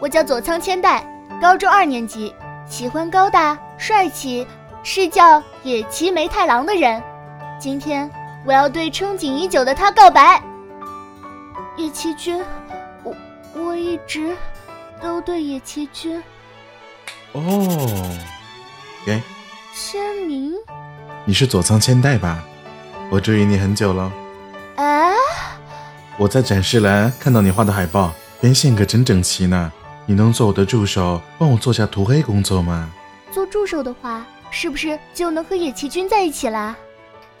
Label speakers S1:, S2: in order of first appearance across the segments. S1: 我叫佐仓千代，高中二年级，喜欢高大帅气、是叫野崎梅太郎的人。今天我要对憧憬已久的他告白。野崎君，我我一直都对野崎君
S2: 哦，
S3: 给，
S1: 签名。
S3: 你是佐仓千代吧？我注意你很久了。
S1: 啊，
S3: 我在展示栏看到你画的海报，边线可真整齐呢。你能做我的助手，帮我做下涂黑工作吗？
S1: 做助手的话，是不是就能和野崎君在一起啦？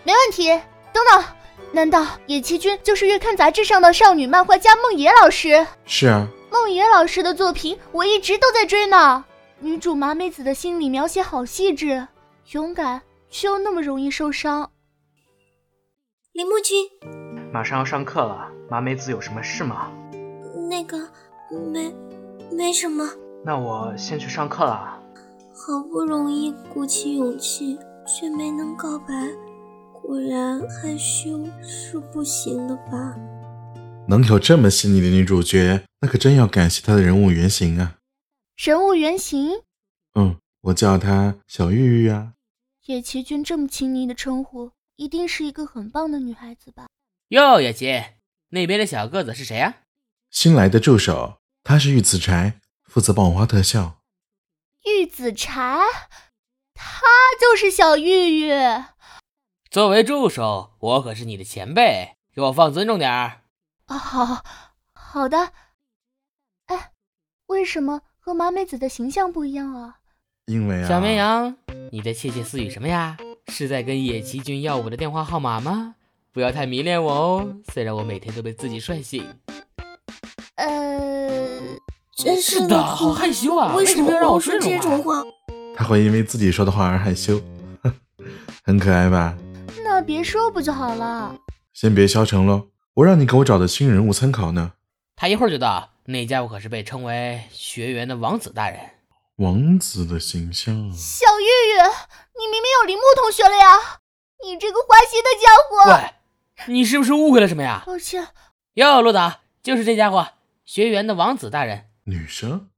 S1: 没问题。等等，难道野崎君就是月刊杂志上的少女漫画家梦野老师？
S3: 是啊，
S1: 梦野老师的作品我一直都在追呢。女主麻美子的心理描写好细致，勇敢却又那么容易受伤。
S4: 铃木君，
S5: 马上要上课了，麻美子有什么事吗？
S4: 那个没没什么，
S5: 那我先去上课了。
S4: 好不容易鼓起勇气，却没能告白，果然害羞是不行的吧？
S3: 能有这么细腻的女主角，那可真要感谢她的人物原型啊。
S1: 人物原型，
S3: 嗯，我叫她小玉玉啊。
S1: 野崎君这么亲昵的称呼，一定是一个很棒的女孩子吧？
S6: 哟，野崎，那边的小个子是谁啊？
S3: 新来的助手，她是玉子柴，负责帮我画特效。
S1: 玉子茶，她就是小玉玉。
S6: 作为助手，我可是你的前辈，给我放尊重点儿。
S1: 哦，好好的。哎，为什么和麻美子的形象不一样啊？
S3: 因为啊，
S6: 小绵羊，你在窃窃私语什么呀？是在跟野崎君要我的电话号码吗？不要太迷恋我哦，虽然我每天都被自己帅醒。
S1: 呃，
S4: 真
S6: 是的，好害羞啊！
S4: 为
S6: 什
S4: 么
S6: 么要让
S4: 老
S6: 我
S4: 说
S6: 说
S4: 这种
S6: 话？
S4: 话？
S3: 她会因为自己说的话而害羞， 很可爱吧？
S1: 那别说不就好了？
S3: 先别消沉喽，我让你给我找的新人物参考呢。
S6: 他一会儿就到，那家伙可是被称为学员的王子大人。
S3: 王子的形象，
S1: 小玉玉，你明明有铃木同学了呀！你这个花心的家伙！
S6: 喂，你是不是误会了什么呀？
S1: 抱歉，
S6: 哟，陆导，就是这家伙，学员的王子大人。
S3: 女生，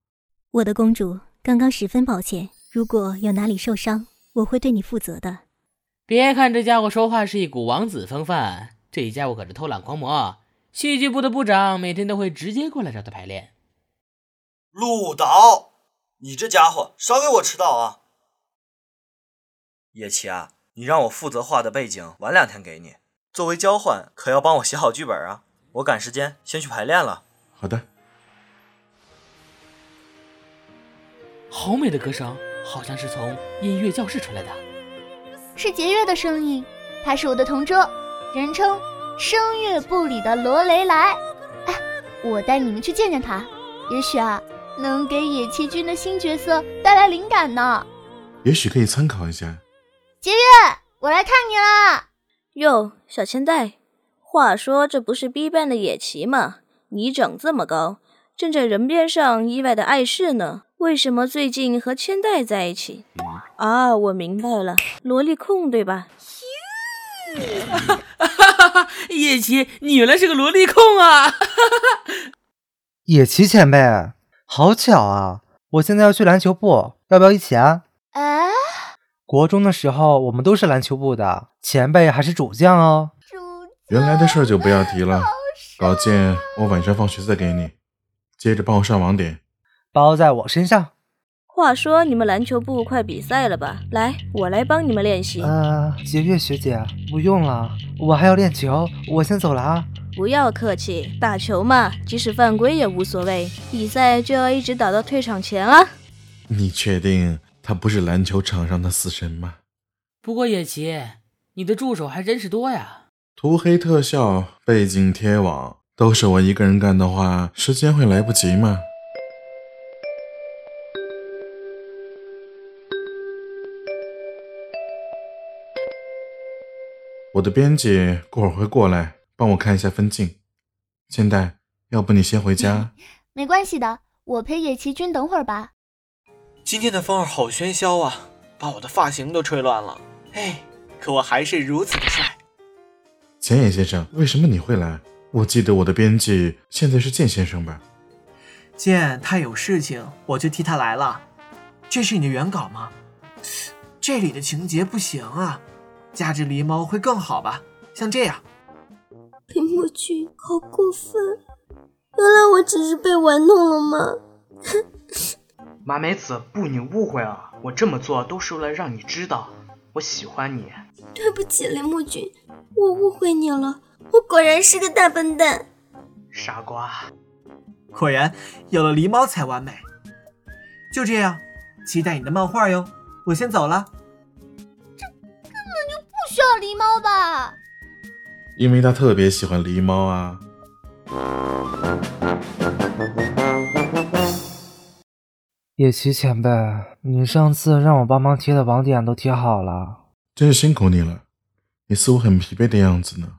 S7: 我的公主，刚刚十分抱歉，如果有哪里受伤，我会对你负责的。
S6: 别看这家伙说话是一股王子风范，这家伙可是偷懒狂魔。戏剧部的部长每天都会直接过来找他排练。
S8: 陆导，你这家伙少给我迟到啊！野崎啊，你让我负责画的背景晚两天给你，作为交换，可要帮我写好剧本啊！我赶时间，先去排练了。
S3: 好的，
S6: 好美的歌声，好像是从音乐教室传来的。
S1: 是节月的声音，他是我的同桌，人称声乐部里的罗雷莱。哎，我带你们去见见他，也许啊，能给野崎君的新角色带来灵感呢。
S3: 也许可以参考一下。
S1: 我来看你啦！
S4: 哟，小千代，话说这不是 B 班的野崎吗？你长这么高，正在人边上意外的碍事呢。为什么最近和千代在一起？啊，我明白了，萝莉控对吧？
S6: 叶奇，你原来是个萝莉控啊！
S9: 野崎前辈，好巧啊！我现在要去篮球部，要不要一起啊？
S1: 哎，
S9: 国中的时候我们都是篮球部的，前辈还是主将哦。
S1: 主子
S3: 原来的事儿就不要提了
S1: 好
S3: 稿
S1: 帅
S3: 件我晚上放学再给你，接着帮我上网点。
S9: 包在我身上。
S4: 话说你们篮球部快比赛了吧？来，我来帮你们练习。
S9: 呃，洁月学姐，不用了，我还要练球，我先走了啊。
S4: 不要客气，打球嘛，即使犯规也无所谓。比赛就要一直打到退场前啊！
S3: 你确定他不是篮球场上的死神吗？
S6: 不过野崎，你的助手还真是多呀。
S3: 涂黑特效、背景贴网都是我一个人干的话，时间会来不及吗？我的编辑过会儿会过来帮我看一下分镜。千代，要不你先回家？
S1: 没关系的，我陪野崎君等会儿吧。
S10: 今天的风儿好喧嚣啊，把我的发型都吹乱了。哎，可我还是如此的帅。
S3: 浅野先生，为什么你会来？我记得我的编辑现在是剑先生吧？
S10: 见他有事情，我就替他来了。这是你的原稿吗？这里的情节不行啊，加只狸猫会更好吧？像这样，
S11: 裴墨君好过分！原来我只是被玩弄了吗？
S5: 马美子，不，你误会了，我这么做都是为了让你知道我喜欢你。
S11: 对不起，林木君，我误会你了，我果然是个大笨蛋。
S5: 傻瓜，
S10: 果然有了狸猫才完美。就这样，期待你的漫画哟。我先走了。
S1: 根本就不需要狸猫吧？
S3: 因为他特别喜欢狸猫啊。
S9: 野崎前辈，你上次让我帮忙贴的网点都贴好了，
S3: 真是辛苦你了。你似乎很疲惫的样子呢。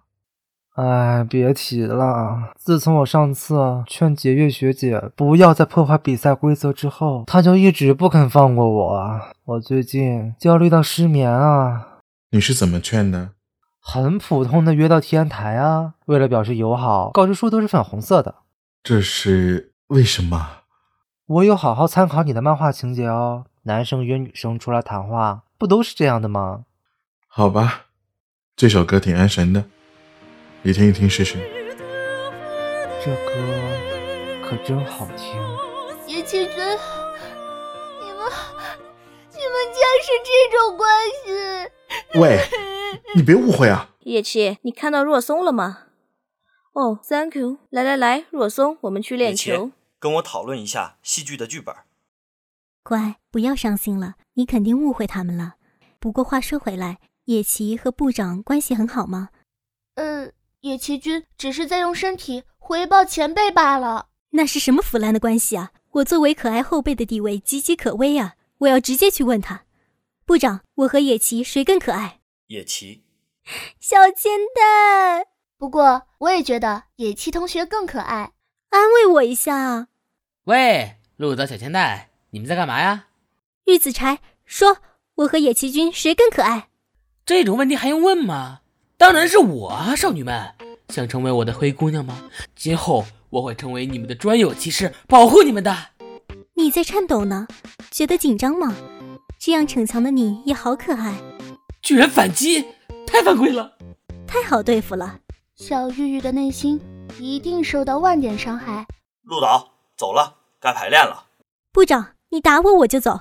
S9: 哎，别提了。自从我上次劝解月学姐不要再破坏比赛规则之后，她就一直不肯放过我啊。我最近焦虑到失眠啊。
S3: 你是怎么劝的？
S9: 很普通的约到天台啊，为了表示友好，告知书都是粉红色的。
S3: 这是为什么？
S9: 我有好好参考你的漫画情节哦。男生约女生出来谈话，不都是这样的吗？
S3: 好吧，这首歌挺安神的。你听一听试试，
S9: 这歌可真好听。
S1: 野崎君，你们你们竟然是这种关系？
S3: 喂，你别误会啊！
S4: 叶七，你看到若松了吗？哦、oh,，Thank you。来来来，若松，我们去练球。
S8: 跟我讨论一下戏剧的剧本。
S7: 乖，不要伤心了，你肯定误会他们了。不过话说回来，野崎和部长关系很好吗？
S1: 呃。野崎君只是在用身体回报前辈罢了。
S7: 那是什么腐烂的关系啊！我作为可爱后辈的地位岌岌可危啊！我要直接去问他，部长，我和野崎谁更可爱？
S8: 野崎，
S11: 小煎蛋。
S1: 不过我也觉得野崎同学更可爱，
S11: 安慰我一下啊！
S6: 喂，鹿岛小煎蛋，你们在干嘛呀？
S7: 玉子柴，说我和野崎君谁更可爱？
S6: 这种问题还用问吗？当然是我啊，少女们，想成为我的灰姑娘吗？今后我会成为你们的专有骑士，保护你们的。
S7: 你在颤抖呢，觉得紧张吗？这样逞强的你也好可爱。
S6: 居然反击，太犯规了，
S7: 太好对付了。
S1: 小玉玉的内心一定受到万点伤害。
S8: 鹿岛，走了，该排练了。
S7: 部长，你打我我就走。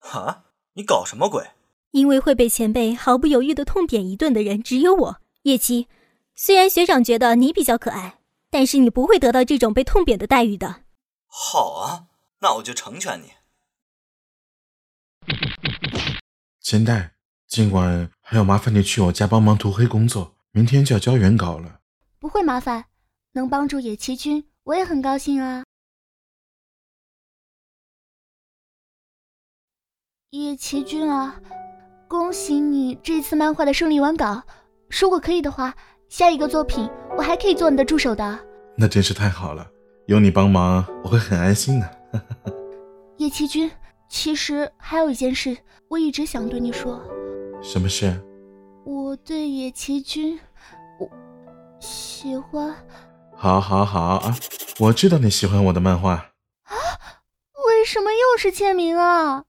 S8: 啊，你搞什么鬼？
S7: 因为会被前辈毫不犹豫的痛扁一顿的人只有我，叶七。虽然学长觉得你比较可爱，但是你不会得到这种被痛扁的待遇的。
S8: 好啊，那我就成全你。
S3: 千代，今晚还要麻烦你去我家帮忙涂黑工作，明天就要交原稿了。
S1: 不会麻烦，能帮助野崎君，我也很高兴啊。野崎君啊！恭喜你这次漫画的顺利完稿。如果可以的话，下一个作品我还可以做你的助手的。
S3: 那真是太好了，有你帮忙我会很安心的。
S1: 叶七君，其实还有一件事我一直想对你说。
S3: 什么事？
S1: 我对野崎君，我喜欢。
S3: 好，好，好啊！我知道你喜欢我的漫画。啊？
S1: 为什么又是签名啊？